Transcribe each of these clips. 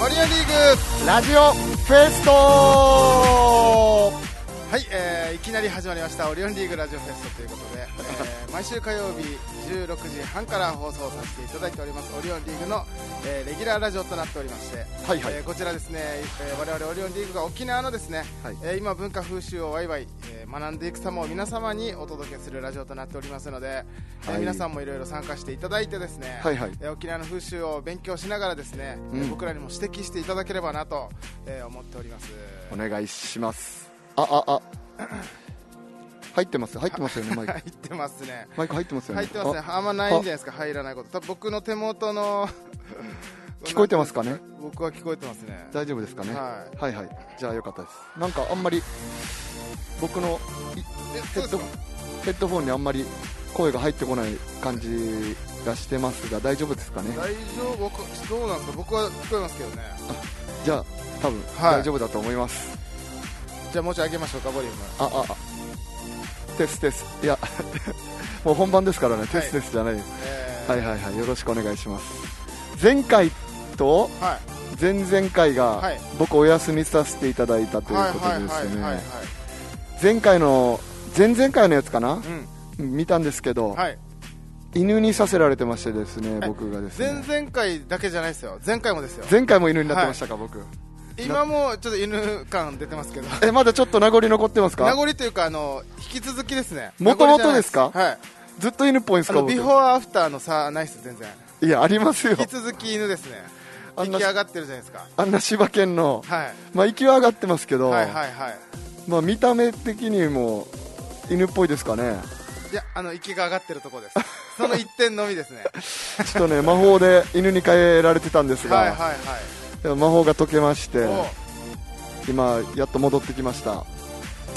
オリオンリーグラジオフェストはい、えー、いきなり始まりましたオリオンリーグラジオフェストということで、 えー毎週火曜日16時半から放送させていただいておりますオリオンリーグの、えーレギュラーラジオとなっておりまして、はいはいえーこちらですね、えー我々オリオンリーグが沖縄のですね、はいえー今文化風習をワイワイ、えー学んでいく様を皆様にお届けするラジオとなっておりますので、えーはい皆さんもいろいろ参加していただいてですね、はいはいえー沖縄の風習を勉強しながらですね、えーうん僕らにも指摘していただければなと、えー思っておりますお願いしますあああ入ってます入ってますよねマイク入ってますねマイク入ってますよね入ってますねあんまないんじゃないですか入らないこと多分僕の手元の 聞こえてますかね僕は聞こえてますね大丈夫ですかね、ははいはいじゃあよかったですなんかあんまり僕のいえヘそうでッすドかヘッドフォンにあんまり声が入ってこない感じがしてますが大丈夫ですかね大丈夫僕どうなんですか僕は聞こえますけどねじゃあ多分はい大丈夫だと思います、じゃあもうちょい上げましょうかボリュームあああテステスいや もう本番ですからね、テステスじゃないですえーはいはいはいよろしくお願いします前回とはい前々回はがい僕お休みさせていただいたとはいいうこはといではいすはいはいね前回の前々回のやつかなう、ん見たんですけど、はい犬にさせられてましてですね僕がですね前々回だけじゃないですよ前回もですよ前回も犬になってましたか、僕今もちょっと犬感出てますけどえまだちょっと名残残ってます名か残というかあの引き続きですね元名残々じゃないですかはいずっと犬っぽいんですあかの僕ビフォーアフターの差ないっす全然いやありますよ引き続き犬ですねあ出ん来な上がってるじゃないですかあんな柴犬のはいまあ息は上がってますけど、はいはいはいまあ、見た目的にも犬っぽいですかねいやあの息が上がってると こですその一点のみですねちょっとね魔法で犬に変えられてたんですが、はいはいはいでも魔法が解けましてお今やっと戻ってきました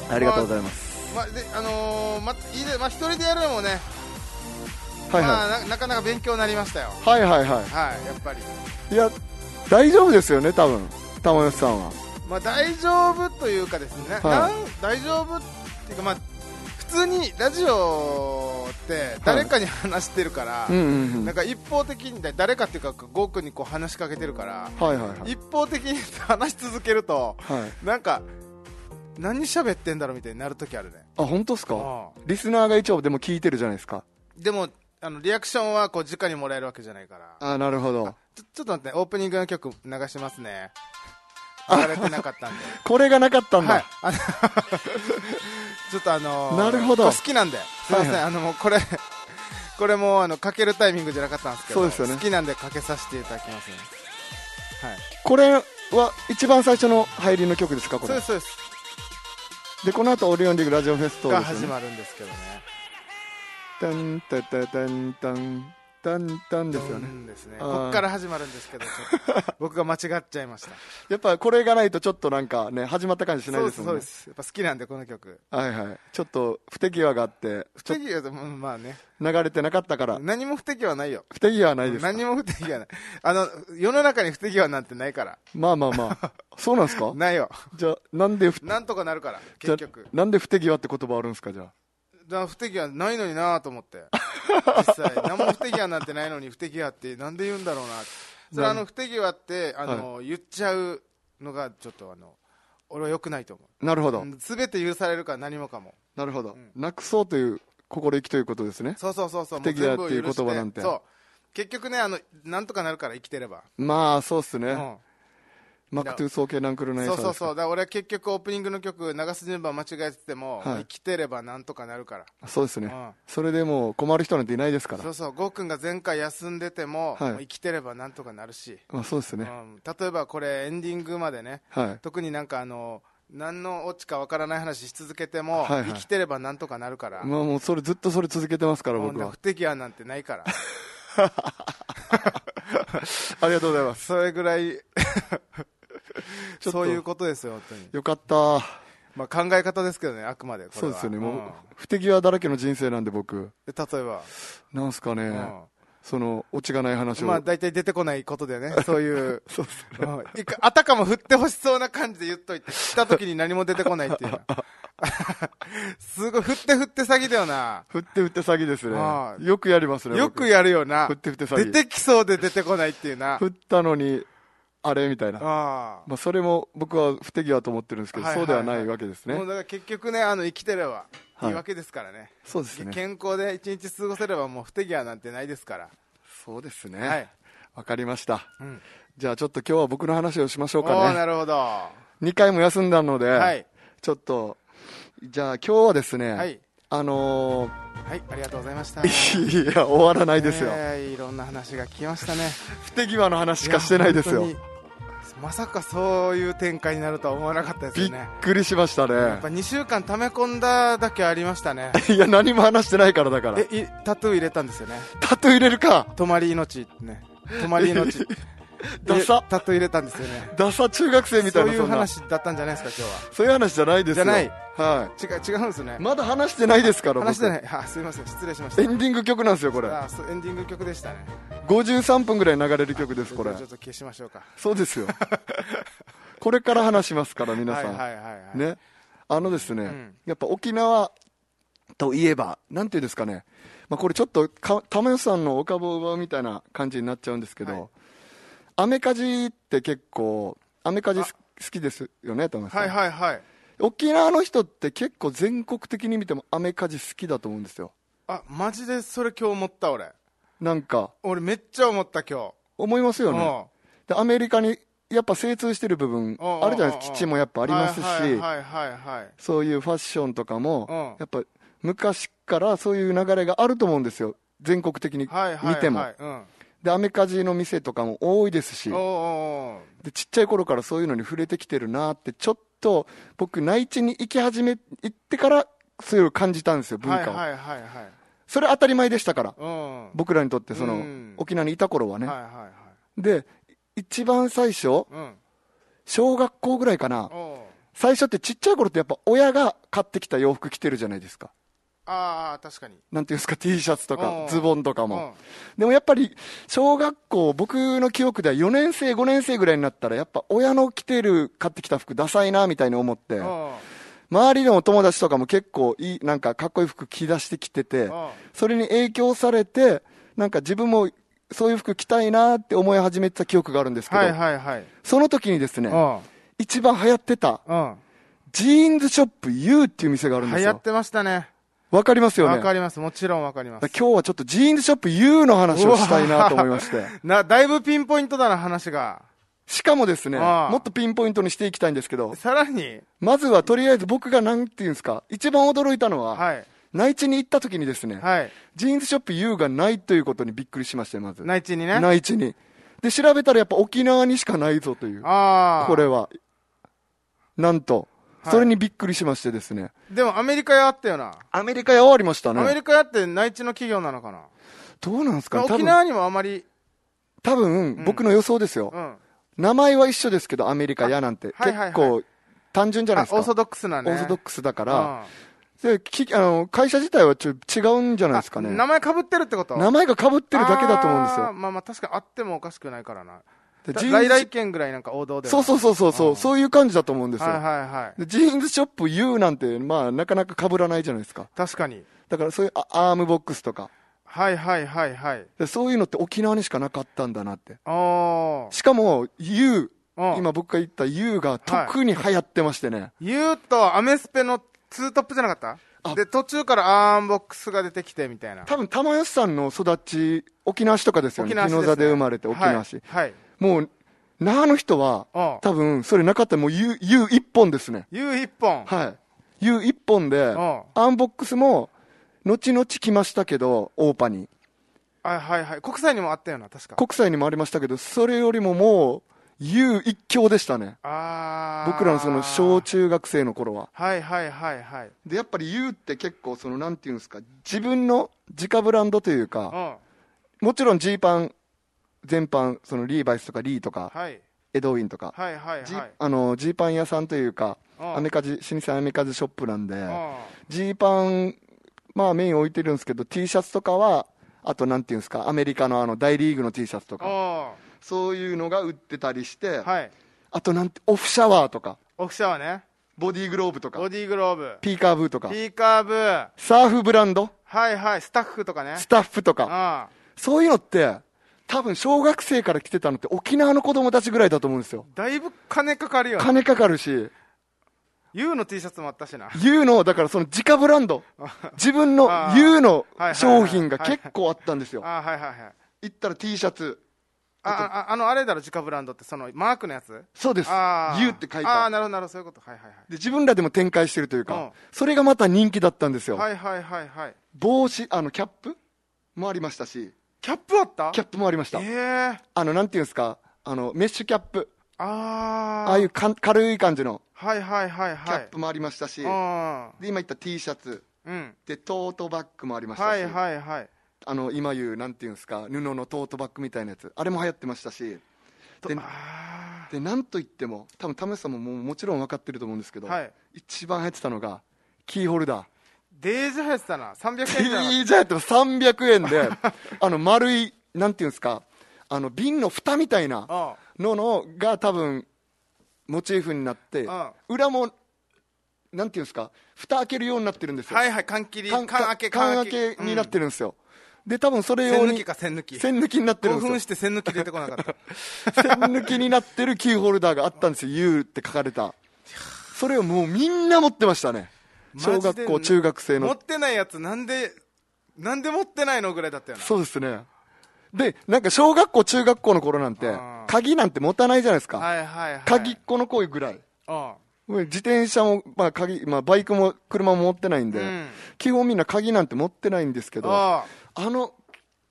ありがとうございます、まあであのーまいいでまあ一人でやるのもねはいまあはななかなか勉強になりましたよい、はいはいははいやっぱりいいや大丈夫ですよね多分玉吉さんはまあ大丈夫というかですね、いなん大丈夫っていうかまあ普通にラジオって誰かに話してるから、うんうんうんなんか一方的に誰かっていうかゴーくんにこう話しかけてるからはいはいはい一方的に話し続けるとはいなんか何喋ってんだろうみたいになる時あるねあ本当ですかうリスナーが一応でも聞いてるじゃないですかんでもあのリアクションはこう直にもらえるわけじゃないからあなるほどちょちょっと待ってオープニングの曲流しますね流れてなかったんでこれがなかったんだ、はいあの ちょっとあのーなるほどこれ好きなんですいません、はいはいあのもうこれこれもうあのかけるタイミングじゃなかったんですけどそうですよね好きなんでかけさせていただきますねはいこれは一番最初の入りの曲ですかこそうでれすそうですでこの後オリオンリーグラジオフェストがですよね始まるんですけどねタンタタタンタンタンタンですよねうんですねあこーこっから始まるんですけどちょ っと僕が間違っちゃいましたやっぱこれがないとちょっとなんかね始まった感じしなそういでですすもそんうねですやっぱ好きなんでこの曲はいはいちょっと不手際があって不ちょ手際でもまあね流れてなかったから何も不手際はないよ不手際はないですか何も不手際はないあの世の中に不手際なんてないからまあまあま あそうなんですかないよじゃあなんでふなんとかなるからじゃ結あ局なんで不手際って言葉あるんですかじゃあだから不手際ないのになと思って実 際何も不手際なんてないのに不手際ってなんで言うんだろうなってそれあの不手際ってあの、言っちゃうのがちょっとあの俺は良くないと思うなるほどうん全て許されるから何もかもなるほどなくそうという心意気ということですねそうそうそうそう不手際もっていう全部を許して言葉なんてそう結局ねあのなんとかなるから生きてれば、まあそうっすうねん、マクトゥー総計なんくるないそうそうそうそだから俺は結局オープニングの曲流す順番間違えてても、はい生きてればなんとかなるからうそうですねうんそれでもう困る人なんていないですからそうそうゴーくんが前回休んでても,、はいもう生きてればなんとかなるし、まあそうですうねん、例えばこれエンディングまでねはい特になんかあの何のオチかわからない話し続けても、はいは生いきてればなんとかなるから、まあもうそれずっとそれ続けてますからもう僕ねは不手際なんてないからありがとうござい ますそれぐらいちょっ とそういうことですよ本当によかったまあ、考え方ですけどね、あくまでこれはそうですよねもう、ん不手際だらけの人生なんで僕で例えば、なんすかね、うそのオチがない話ん、を、まあ大体出てこないことでね、 そういう、そうっすうんいかあたかも振ってほしそうな感じで言っといて、来た時に何も出てこないっていう な。すごい、振って振って詐欺だよな。振って振って詐欺ですはねいよくやりますねよくややるよな振っ。て振って詐出欺てきそうで出てこないっていうな。振ったのにあれみたいな、ああまあ、それも僕は不手際と思ってるんですけど、はいはいそうではないわけですねもうだから結局ねあの生きてればはいいいわけですからね、そうですね健康で一日過ごせればもう不手際なんてないですからそうですねはいわかりました、んじゃあちょっと今日は僕の話をしましょおうおかーねなるほど2回も休んだので、はいちょっとじゃあ今日はですね、はいあのはいありがとうございましたー いや終わらないですよ、えーいろんな話が聞きましたね不手際の話しかしてないですよいや本当にまさかそういう展開になるとは思わなかったですびよっねくりしましたねやっぱ2週間溜め込んだだけありましたねいや何も話してないからだからえいタトゥー入れたんですよねタトゥー入れるか泊まり命ってね泊まり 命ダサえタトゥー入れたんですよねダサ中学生みたいなそういそうんな話だったんじゃないですかそういう話じゃないですよじゃないは今日は違う違うんですね、い、まだ話してないですから僕話してないあすいません失礼しましたエンディング曲なんですよこれあそうエンディング曲でしたね53分ぐらい流れる曲ですこれちょっと消しましょうかそうですよこれから話しますから皆はいさはん、いはいはい、ねあのですね、んやっぱ沖縄といえばなんていうんですかね、まあ、これちょっとか玉吉さんのお株を奪うみたいな感じになっちゃうんですけど、はいアメカジって結構アメカジす好きですよね玉吉さん、はいはいはい沖縄の人って結構全国的に見てもアメカジ好きだと思うんですよあマジでそれ今日思った俺なんか俺めっちゃ思った今思います日よねうんでアメリカにやっぱ精通してる部分おうおうおうあるじゃないですか基地もやっぱありますし、はいはいはいはいはいそういうファッションとかもうんやっぱ昔からそういう流れがあると思うんですよ全国的に見ても、はいはいはいはいうんでアメカジの店とかも多いですしおうおうおうでちっちゃい頃からそういうのに触れてきてるなってちょっと僕内地に行き始め行ってからそういうのを感じたんですよ文はい化を、はいはいはいそれ当たり前でしたからうんは僕らにとってその、うん沖縄にいた頃はいね、はいはいで一番最初うん小学校ぐらいかなおう最初ってちっちゃい頃ってやっぱ親が買ってきた洋服着てるじゃないですかああ確かになんていうんですか T シャツとうかんズボンとかうもんでもやっぱり小学校僕の記憶では4年生5年生ぐらいになったらやっぱ親の着てる買ってきた服ダサいなみたいに思ってうん周りのお友達とかも結構いいなんかかっこいい服着出してきててうんそれに影響されてなんか自分もそういう服着たいなって思い始めてた記憶があるんですけどはいはいはいその時にですねう一番流行ってたんうんジーンズショップ U っていう店があるんです流行っよ。てましたねわかりますよね。わだかかりますもちろんわかりまらす今日はちょっとジーンズショップ U の話をしたいなと思いまして。なだいぶピンポイントだな話がしかもですね、ああもっとピンポイントにしていきたいんですけど、さらにまずはとりあえず僕がなんていうんですか、一番驚いたのは、はい内地に行った時にですね、はいジーンズショップ U がないということにびっくりしましたよ、まず。内地にね内地に。で、調べたらやっぱ沖縄にしかないぞという、ああこれは。なんと、はいそれにびっくりしましてですね、でもアメリカ屋あったよなアメリカや終わりましたアメね。リカ屋って内地の企業なのかなどうなんですかね多分沖縄にもあまり多分、僕の予想ですよう。ん名前は一緒ですけど、アメリカやなんて。あはいはいはい結構、単純じゃなあいですオか。ーソドックスなねオーソドックスだかクら。できあの、会社自体はちょ違うんじゃないですかね。名前かぶってるってこと名前が被ってるだけだと思うんですあーよまあまあ確かにあってもおかしくないからなで。ジーンズ来来県ぐらいなんか王道でそうそうそそうそうそうう、んそういう感じだと思うんですはいよ。はいはいでジーンズショップ U なんて、まあ、なかなか被らないじゃないですか。確かにだからそういうあアームボックスとか。はいはいはいはいでそういうのって沖縄にしかなかったんだなって。おーしかも、U、うん今僕が言った U が特に流行ってましてね。言うとアメスペのツートップじゃなかったあで途中からアーンボックスが出てきてみたいな多分玉吉さんの育ち沖縄市とかですよね沖縄市宜野座で生まれて沖縄市、はい、はい、もう那覇の人はうん多分それなかったらもう U, U 一本ですね言う一本はい U 一本でんアンボックスも後々来ましたけどオーパにあはいはい国際にもあったよな確か国際にもありましたけどそれよりももう U 一強でしたねあー僕らのその小中学生の頃ははいはいはいはいでやっぱり U って結構そのなんていうんですか自分の自家ブランドといううかんもちろんジーパン全般そのリーバイスとかリーとかはい江戸インとか、はいはいジはーいあのジーパン屋さんといううか、んアメカジ老舗アメカジショップなんで、うんジーパン、まあ、メイン置いてるんですけど、T シャツとかは、あとなんていうんですか、アメリカのあの大リーグの T シャツとか、おそういうのが売ってたりして、ーはいあとなんて、オフシャワーとか、オフシャワーねボディーグローブとボか、ディーグローブピーカーブーとかピ、ーカーブはサーフブランド、いはいスタッフとかねスタッフとか、あそういうのって、多分小学生から来てたのって沖縄の子供たちぐらいだと思うんですよ。だいぶ金かかるよね 金かかるし、 U の T シャツもあったしな U の、だからその自家ブランド、自分の U のはいはいはい商品が結構あったんですよ。あはいはいはい行ったら T シャツ、あああのあれだろ自家ブランドってそのマークのやつそうです。あー U って書いあーた。なるほどなるほどそういうことはいはいで自分らでも展開してるというか、うんそれがまた人気だったんですよ。はいはいはいはいはい帽子、あの、キャップもありましたし、キャップあったキャップもありました。ええあの、なんていうんですか、あの、メッシュキャップ、あああいうかん軽い感じのはいはいはいはいキャップもありましたし、で、今言った T シャツ、うんうんで、トートバッグもありましたし、はいはいはいあの、今言う、なんていうんですか、布のトートバッグみたいなやつ、あれも流行ってましたし、とであで、なんといっても、多分田村さんももうもちろん分かってると思うんですけど、はい一番流行ってたのが、キーホルダー。デージ流行ってたな300円じゃなかっ T じゃやったら300円 で、あの、丸い、なんていうんですか、あの、瓶の蓋みたいなたあののが多分、モチーフになってあ、裏も、なんていうんですか、蓋開けるようになってるんですよ。はいはい缶切り缶缶缶開け缶缶開けになってるんですよ。で、多分そうれん用栓抜にき、か栓抜き線抜きになってる興んですよ奮し。て栓抜き出てこなかった線抜きになってるキーホルダーがあったんですよ「U」って書かれたそれをもうみんな持ってましたね 小マジ学で校中学生持っのてないやつなんでなんで持ってないのぐらいだったよなそうですねでなんか小学校中学校の頃なんてあー鍵なんて持たないじゃないですか、はいはいはい鍵っ子の子ぐらいあ自転車も、まあ鍵まあ、バイクも車も持ってないんで、うん基本みんな鍵なんて持ってないんですけどああの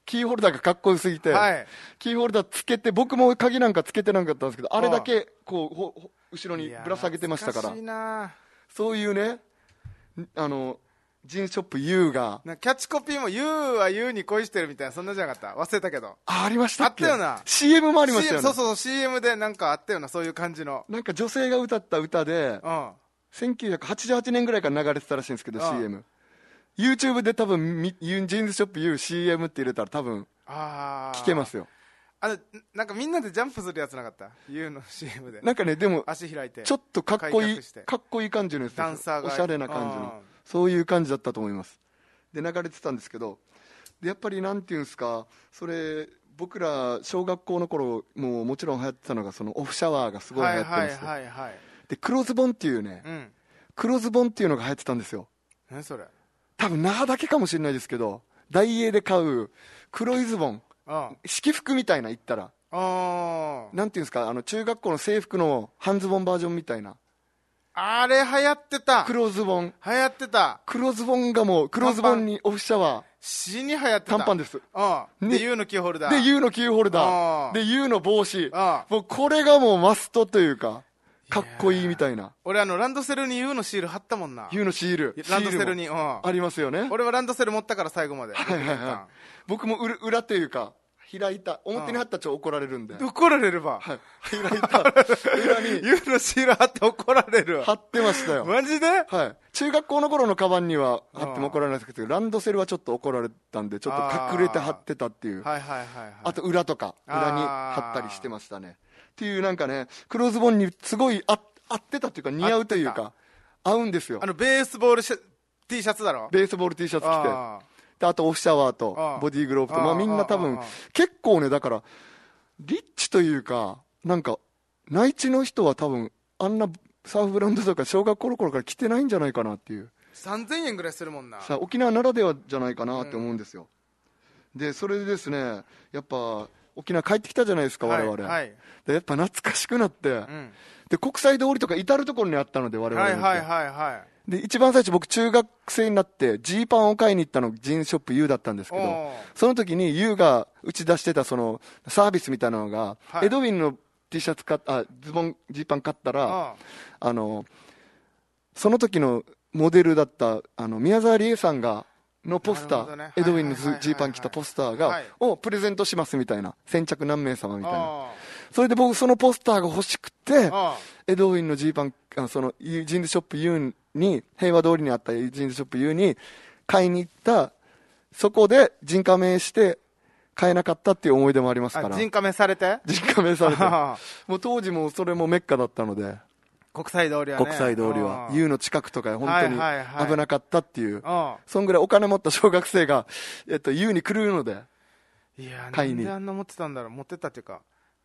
キーホルダーがかっこよすぎて、はいキーホルダーつけて僕も鍵なんかつけてなかったんですけどあれだけこうほほ後ろあにぶら下げてましたから懐しいなそういうね、んあの、ジンショップ U が、なんかキャッチコピーも「YOU は YOU に恋してる」みたいなそんなじゃなかった忘れたけどあ、ありましたっけあったよな CM もありました CM よそねう。そうそう CM でなんかあったようなそういう感じのなんか女性が歌った歌でう、ん1988年ぐらいから流れてたらしいんですけど、ああ CM。YouTube で多分、みユンジーンズショップ UCM って入れたら多分ああ聞けますよ。あのなんかみんなでジャンプするやつなかった YOU の CM でなんかね、でも、足開いてちょっとかっこい開い脚して、かっこいい感じのやつですよダンサーがおしゃれな感じああの。そういう感じだったと思います。で、流れてたんですけど、でやっぱりなんていうんですか、それ、僕ら小学校の頃もうもちろん流行ってたのが、そのオフシャワーがすごいは流行いってたんはでいすよ。はいはいで、黒ズボンっていうね、うん黒ズボンっていうのが流行ってたんですよ。何それ多分那覇だけかもしれないですけど、ダイエーで買う黒いズボン、あ式服みたいな言ったら、ああなんていうんですか、あの中学校の制服の半ズボンバージョンみたいな、ああれ流行ってた流黒ズボン。行ってた黒ズボンがもう黒ズボンにオフシャワ死に流行ってーた短パンでですうんねで YOU のキーホルダーで U のキーホルダあーーで U の帽子あもうこれがもうマストというかかっこいいみたいな俺あのランドセルに YOU のシール貼ったもんな U のシールランドセルシーにうルんもありますよね俺はランドセル持ったから最後まではいはいはい僕も裏裏というか開いた表に貼ったらちょっと怒られるんでは い怒られれば、開 いた裏に YOU のシール貼って怒られるわ貼ってましたよマジではい中学校の頃のカバンには貼っても怒られないですけどランドセルはちょっと怒られたんでちょっと隠れて貼ってたっていうはいはいはいはいあと裏とか、あー裏に貼ったりしてましたね。っていうなんかね、黒ズボンにすごいあ合ってたっていうか似合うというか、合うんですよあ。のベースボールシャ T シャツだろベースボール T シャツ着あて、であとオフシャワーとあーボディーグローブと、まああーみんな多分あーあー、結構ね、だから、リッチというか、なんか、内地の人は多分、あんなサーフブランドとか小学校の頃から着てないんじゃないかなっていう。ー3000円ぐらいするもんなさ沖縄ならではじゃないかなって思うんですよ。で、それでですね、やっぱ、沖縄帰ってきたじゃないですか、我々。はい、はいでやっぱ懐かしくなって、うんで国際通りとか至る所にあったので我々はないんてはいはいはいで一番最初僕中学生になってジーパンを買いに行ったのジーンショップ U だったんですけどおーその時に U が打ち出してたそのサービスみたいなのが、はいエドウィンの T シャツ買っあズボンジーパン買ったあらあのその時のモデルだったあの宮沢りえさんがのポスタなるほどー、ねエドウィンのはいはいはいはいはいジーパン着たポスターが、はいをプレゼントしますみたいな先着何名様みたいなあそれで僕そのポスターが欲しくてあエドウィンのジーパンあそのユージーンズショップ U に平和通りにあったユージーンズショップ U に買いに行ったそこで人加盟して買えなかったっていう思い出もありますからあ人人加盟されて加盟されてああもう当時もうそれもメッカだったので 国際通りはね国際通りはうん U の近くとか本当にはいはいはい危なかったっていううんそんぐらいお金持った小学生が、えっと、U に来るのでいやー買ないにんであんな持ってたんだろう持ってたっていうか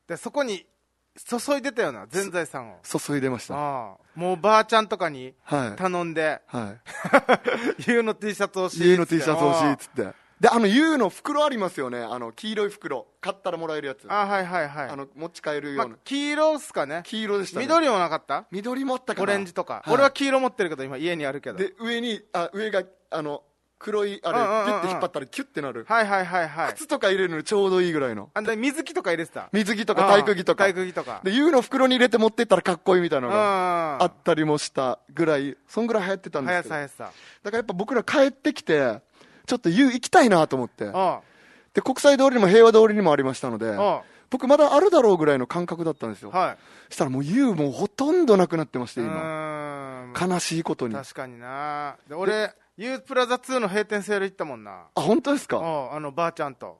でそこに注いでたよな全財産を注いでました。ああもうばあちゃんとかにはい。頼ん では U の T シャツ欲しい。いっ家つのって T シャツ欲しいっつって。で、あの U の袋ありますよね。あの、黄色い袋。買ったらもらえるやつ。ああはいはいはいあの、持ち帰るよまうあな。黄色っすかね黄色でしたね。緑もなかった緑もあったかオなレンジとか、はい俺は黄色持ってるけど今家にあるけどで上にあ上があの黒いあれうんうんうんうんピュッて引っ張ったらキュッてなる、はいはいはいはい靴とか入れるのにちょうどいいぐらいのあんで水着とか入れてた水着とか体育着とか体育着とかで U の袋に入れて持ってったらかっこいいみたいなのがああったりもしたぐらいそんぐらい流行ってたんです速けさど速ださからやっぱ僕ら帰ってきてちょっと U 行きたいなと思ってあで国際通りにも平和通りにもありましたのであ僕まだあるだろうぐらいの感覚だったんですよはいしたらもう U もうほとんどなくなってましてう今ーん悲しいことにあ確かになで俺 U プラザ2の閉店セール行ったもんな本当ですかああのばあちゃんと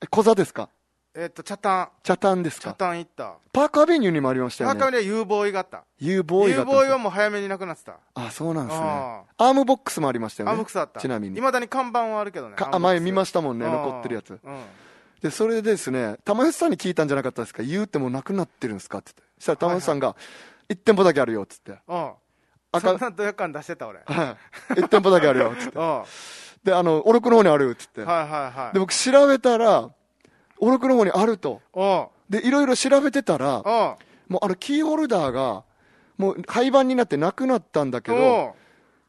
え小座ですかえっ、と茶炭茶炭です茶か炭行ったパークアベニューにもありましたよ中ね。身には U ボーイがあった U ボーイ U だったんボでーすイよはもう早めになくなってたあ、そうなんですね。あアームボックスもありましたよね。アムクスあったちなみに。いまだに看板はあるけどねかあ前見まししたもんたね、残ってるやつ。うんで、それでですね、玉吉さんに聞いたんじゃなかったですか ?U ってもうなくなってるんですかって言って。そしたら玉吉さんが、1店舗だけあるよ、っつって。うんあそかんなドヤ感出してた 俺うんはい。1店舗だけあるよ、つって。はいで、あの、オロクの方にあるよ、つって。はいはいで、僕調べたら、オロクの方にあると。おうで、いろいろ調べてたら、おうもうあの、キーホルダーが、もう廃盤になってなくなったんだけど、おう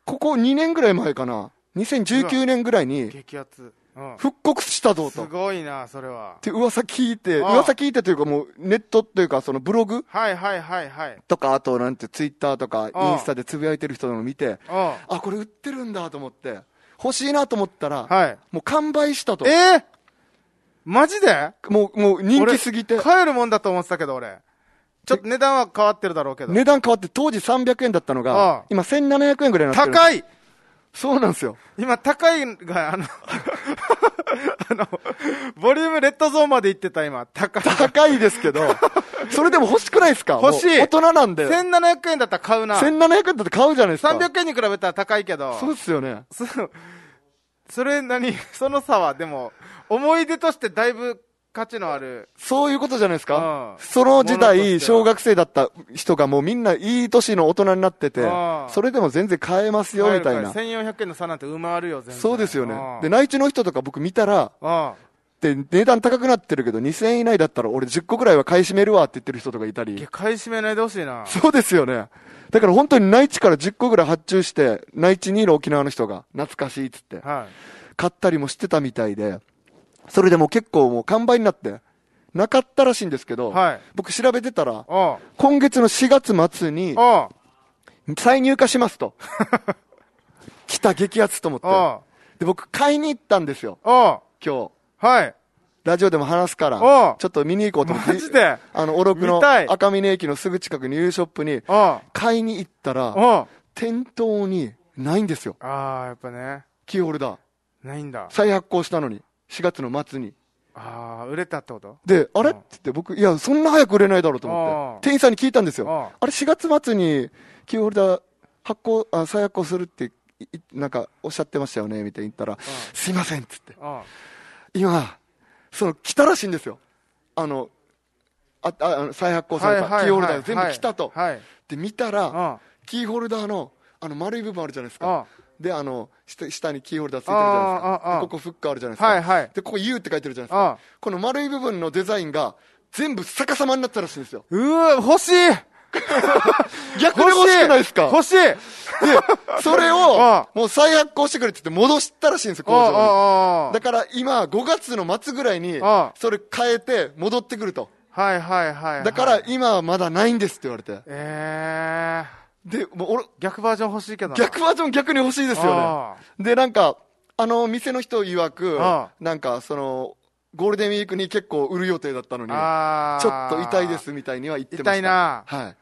ここ2年ぐらい前かな、2019年ぐらいに激アツうん復刻したぞすと。っごいなそれはて噂聞いて、ああ噂聞いてというかもうネットというかそのブログはいはいはいはいとか、あとなんてツイッターとかああインスタでつぶやいてる人の見て、おうあ、これ売ってるんだと思って、欲しいなと思ったら、はいもう完売したとえ。ーマジでもう、もう人気すぎて俺、帰るもんだと思ってたけど俺ちょっと値段は変わってるだろうけど値段変わって当時300円だったのああが、今1700円ぐらいになってる。い高いそうなんですよ。今高いがあの あのボリュームレッドゾーンまで行ってた今高い高いですけど、 それでも欲しくないですか欲しいもう大人なんで。 1700円だったら買うな1700円だって買うじゃないですか。 300円に比べたら高いけどそうですよね。そそれ何 その差はでも思い出としてだいぶ価値のあるそういうことじゃないですあかあ。その時ものとしては代、小学生だった人がもうみんないい年の大人になっててああ、それでも全然買えますよ、みたいな。 1400円の差なんて埋まるよ全然そうですよねあ。あで、内地の人とか僕見たら、あで、値段高くなってるけど、2000円以内だったら俺10個くらいは買い占めるわって言ってる人とかいたあいりや。買い占めないでほしいなそうですよね。だから本当に内地から10個ぐらい発注して、内地にいる沖縄の人が懐かしいっつって、は買ったりもしてたみたいで、それでもう結構もう完売になって、なかったらしいんですけいど、はい僕調べてたら、おう今月の4月末におう再入荷します と。来た激アツと思って。おうで、僕買いに行ったんですよ、おう今日。はいラジオでも話すから、おうちょっと見に行こうと思って。マジであの、オロクの見たい赤峰駅のすぐ近くに U ショップにおう買いに行ったら、おう店頭にないんですよ。ああやっぱねキーホルダー。ないんだ再発行したのに。4月の末に。ああ売れたってことで、あれうっんて言って僕、いや、そんな早く売れないだろうと思うんって、店員さんに聞いたんですよ。うんあれ、4月末にキーホルダー発行、あ再発行するってい、いなんかおっしゃってましたよね、みたいに言ったら、すいませんっつって。おう今、その、来たらしいんですよ。あの、あ、ああの再発行された、キーホルダー全部来たと。はいはいで、見たおら、うキーホルダーの、あの、丸い部分あるじゃないですおうか。で、あの、下下にキーホルダーついてるじゃないですあーあーあか。ーでここフックあるじゃないですか。はいはいで、ここ U って書いてるじゃないですああか。この丸い部分のデザインが全部逆さまになったらしいんですよ。うー欲しい逆に欲しい欲しくないですか欲しいで、それああを、もう再発行してくれって言って戻したらしいんですよ、工おうおう場に。おうだから今、5月の末ぐらいにああ、それ変えて戻ってくると。はいはいはいはい。だから、今はまだないんですって言われて。えで、もう俺、ー、逆バージョン欲しいけどな。逆でバージョン逆に欲しいですよね。で、なんか、あの、店の人曰くああ、なんか、その、ゴールデンウィークに結構売る予定だったのに、あーちょっと痛いで。すみたいには言ってました。痛いなはい。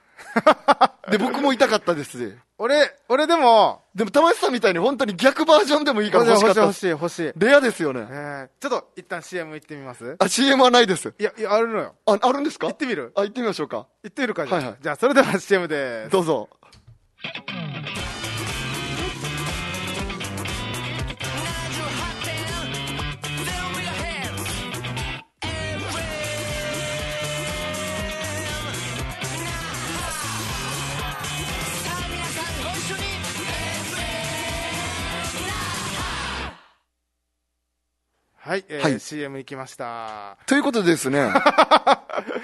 で、僕も痛かったですし。俺、俺でも、でも、玉井さんみたいに本当に逆バージョンでもいいから欲しい欲しか欲っしいた欲です。しい欲しい。えレアですよね。ー、ちょっと、一旦 CM 行ってみますあ、CM はないです。いや、いや、あるのよ。あ、あるんですか行ってみるあ、行ってみましょうか。行ってみるか、じゃあ。はいはいじゃあ、それでは CM でーす。どうぞ。 Now your hot down, then we are hands. はい、えーはい CM 行きました。ということでで すね、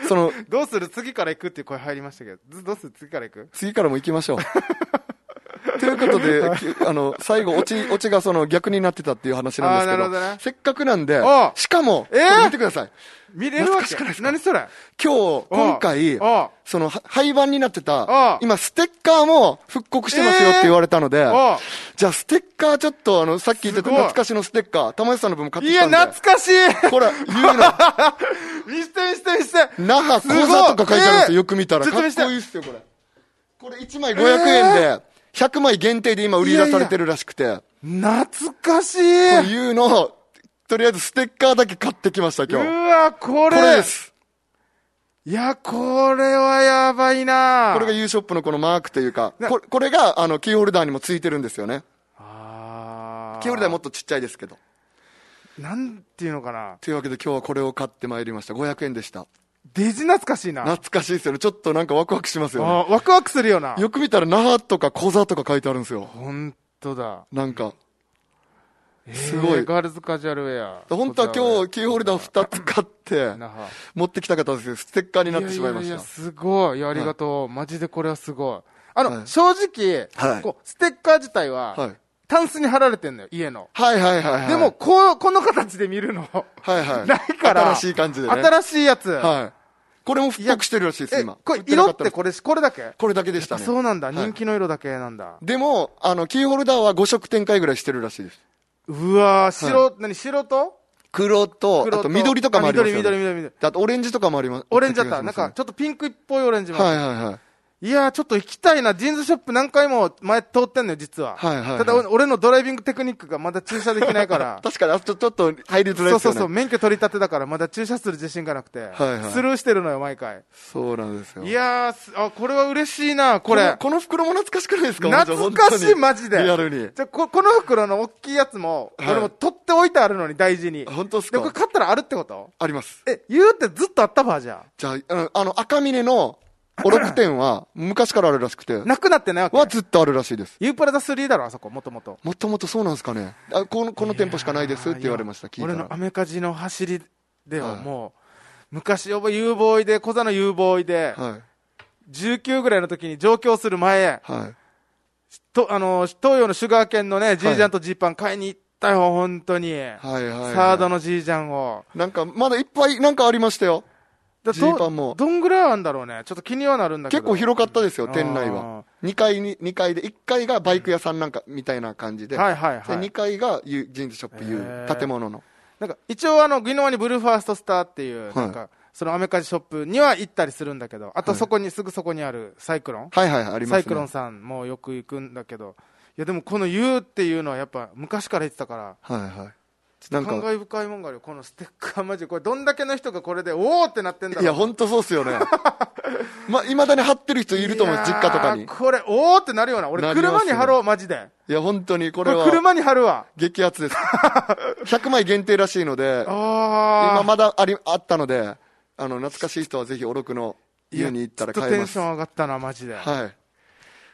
その、どうする次から行くっていう声入りましたけど、ずどうする次から行く次からも行きましょう。という こ とで、きあの、最後、オチ、オチがその逆になってたっていう話なんですけあーなるど、ほどねせっかくなんでおう、しかも、えーこれ見てください。見れるわ懐かしけくないですか何それ今日、今回、あその、は廃盤になってあた、今、ステッカーも復刻してますよって言われたので、あじゃあ、ステッカーちょっと、あの、さっき言ってたすごい懐かしのステッカー、玉吉さんの分も買っいてきたや、んで。懐か しいほら、言うな。見して見して見して那覇すごい小座とか書いてあるんですよ、えーよく見たら。ちょっかっとこ見いせていっすよ、これ。これ1枚500円で、100枚限定で今売り出されてるらしくて、懐かしいこれ言うの、とりあえずステッカーだけ買ってきました、う今日。わ、ここれれです。いや、これはやばいなこれが U ショップのこのマークというか、なこれこれがあのキーホルダーにもついてるんですよね。あーキーホルダーもっとちっちゃいですけど。なんていうのかなというわけで今日はこれを買ってまいりました。500円でした。デジ懐かしいな懐かしいですよね。ちょっとなんかワクワクしますよね。あーワクワクするよなよく見たら、那覇とか小座とか書いてあるんですよ。本当だなんか。すすごいガールズカジュアルウェア本当は今日キーホルダー2つ買ってなは持ってきたかったんですけどステッカーになってしまいまやしややたすごいいやありがとう、マジでこれはすごいあの、はい正直、はいこうステッカー自体は、はいタンスに貼られてんのよ家の、はいはいはいはいでもこうこの形で見るのはいはいないから新しい感じでね新しいやつ、はいこれも復刻してるらしいですえ今こ売れな色かっったてですこれこれだけ、これだけでしたねそうなんだ、はい人気の色だけなんだでもあのキーホルダーは5色展開ぐらいしてるらしいですうわー白、何白と黒と黒あと緑とかもありますよあね緑緑緑緑であとオレンジとかもありますオレンジだった、ありなんますよかねちょっとピンクっぽいオレンジも、はいはいはいい、やーちょっと行きたいなジーンズショップ何回も前通ってんのよ実は,、はいはいはいただお俺のドライビングテクニックがまだ駐車できないから 確かにあとちょっと入りづらそういですそようねそう免許取り立てだからまだ駐車する自信がなくて、はいはいスルーしてるのよ毎回そうなんですよいやーすあこれは嬉しいなこれのこの袋も懐かしくないですか懐かしい本当にマジでリアルにじゃあここの袋の大きいやつも、はい俺も取っておいてあるのに大事にあ本当っすでかこれ買ったらあるってことありますえ言うってずっとあったわじゃじゃあ、あの、あの赤峰のおろく店は昔からあるらしくてあ、なくなってないわけはずっとあるらしいです。ユープラザ3だろあそこもともともともとそうなんですかね。あこの、この店舗しかないですって言われました、聞い俺たのアら。メカジの走りでははいもう、昔よぼ U ボーイで小座の U ボーイで、はい。 19ぐらいの時に上京する前はい。とあの東洋のシュガーケンのねジージャンとジーパン買いに行ったよ本当に、はいはい、はい。サードのジージャンをなんか、まだいっぱい、なんかありましたよ。だジーパンもどどんぐらいあるんだろうねちょっと気にはなるんだけ結ど構広かったですよ、あー店内は。2階に、二階で、1階がバイク屋さんなんか、みたいな感じで。はいはいはい2階がゆジーンズショップ U、へー建物の。なんか一応あの、宜野湾にブルーファーストスターっていう、いなんか、そのアメカジショップには行ったりするんだけど、あとそこに、すぐそこにあるサイクロン、はいはいはい、ありますサね。イクロンさんもよく行くんだけど、いやでもこの U っていうのはやっぱ昔から言ってたから、はいはい。なん感か、慨深いもんがあるよ、このステッカーマジで、これどんだけの人がこれで、おーってなってんだろういや、ほんとそうっす よね。ま、いまだに貼ってる人いると思う、実家とかいにやー。これ、おーってなるよな、俺なりますね車に貼ろう、マジで。いや、本当に、ここれれは、車に貼るわ。激ア ツです。100枚限定らしいので、今あまだあり、あったので、あの、懐かしい人はぜひ、おろくのー。いや家に行ったらちょっ買とテえまンシす。ョンは上がったな、マジで。いい。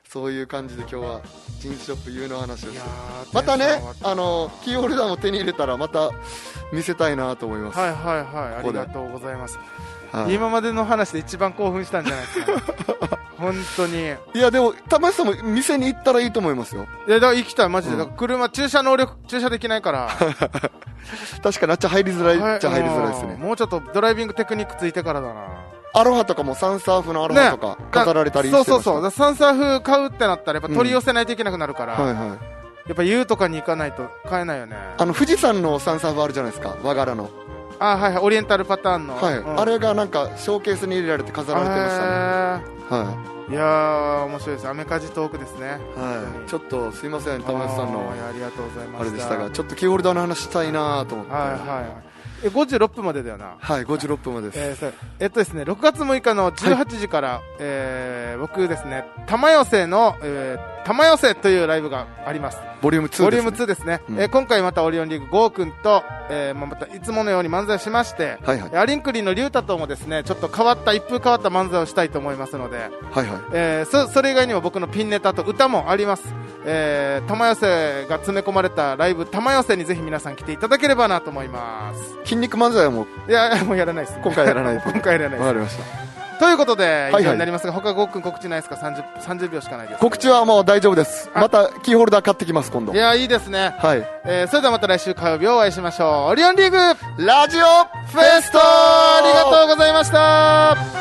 そういう感じで今日は、ジーンズショップ U の話ですや。ーまたテンションね上がっ、たなあの、キーホルダーも手に入れたら、また、見せたいなと思います。はいはいはい、あここりでがとうございます。はい今までの話で一番興奮したんじゃないですか、 本当に。いや、いや、でも、玉井さんも店に行ったらいいと思いますよ。だから行きたい、マジで。うんだから車、駐車能力、駐車できないから。 確かにあっちゃ入りづらいっちゃ入りづらいですうんね。もうちょっとドライビングテクニックついてからだな。アロハとかもサンサーフのアロハとかね飾られたりしてそまうした。そうそう。だからサンサーフ買うってなったら、やっぱ取り寄せないといけなくなるから、はいやはい。っぱ U とかに行かないと買えないよね。あの富士山のサンサーフあるじゃないですか和柄の、あ、はいはい、オリエンタルパターンの。はいうんあれがなんかショーケースに入れられて飾られてましたねはいへーいやー、面白いです。アメカジトークですね。はい、ちょっとすいません田玉吉さんのありがとうございまあれでしたがちょっとキーホルダーの話したいなと思ってはいはいはい。え、56分までだよな。はい56分までです、えーそうえっとですね、6月6日の18時から、えー僕ですね、玉寄せの、えー玉寄せというライブがあります。ボリューム2です、ね。ボリューム2ですね。うんえー今回またオリオンリーグ、ゴーくんと、えーまあまたいつものように漫才しまして、はいはいアリンクリーの龍太ともですね、ちょっと変わった、一風変わった漫才をしたいと思いますので、はいはい。えーそそれ以外にも僕のピンネタと歌もあります、えー、玉寄せが詰め込まれたライブ玉寄せにぜひ皆さん来ていただければなと思います筋肉漫才はもういやもうやらないです今回やらな い今回やらないわかでりました。すということではい以上になりますが、他ゴーくん告知ないですか 30, 30秒しかないです告知はもう大丈夫です。あまたキーホルダー買ってきます、今度い。やいいですね、はい。えー、それではまた来週火曜日お会いしましょうオリオンリーグフェラジオフェストありがとうございました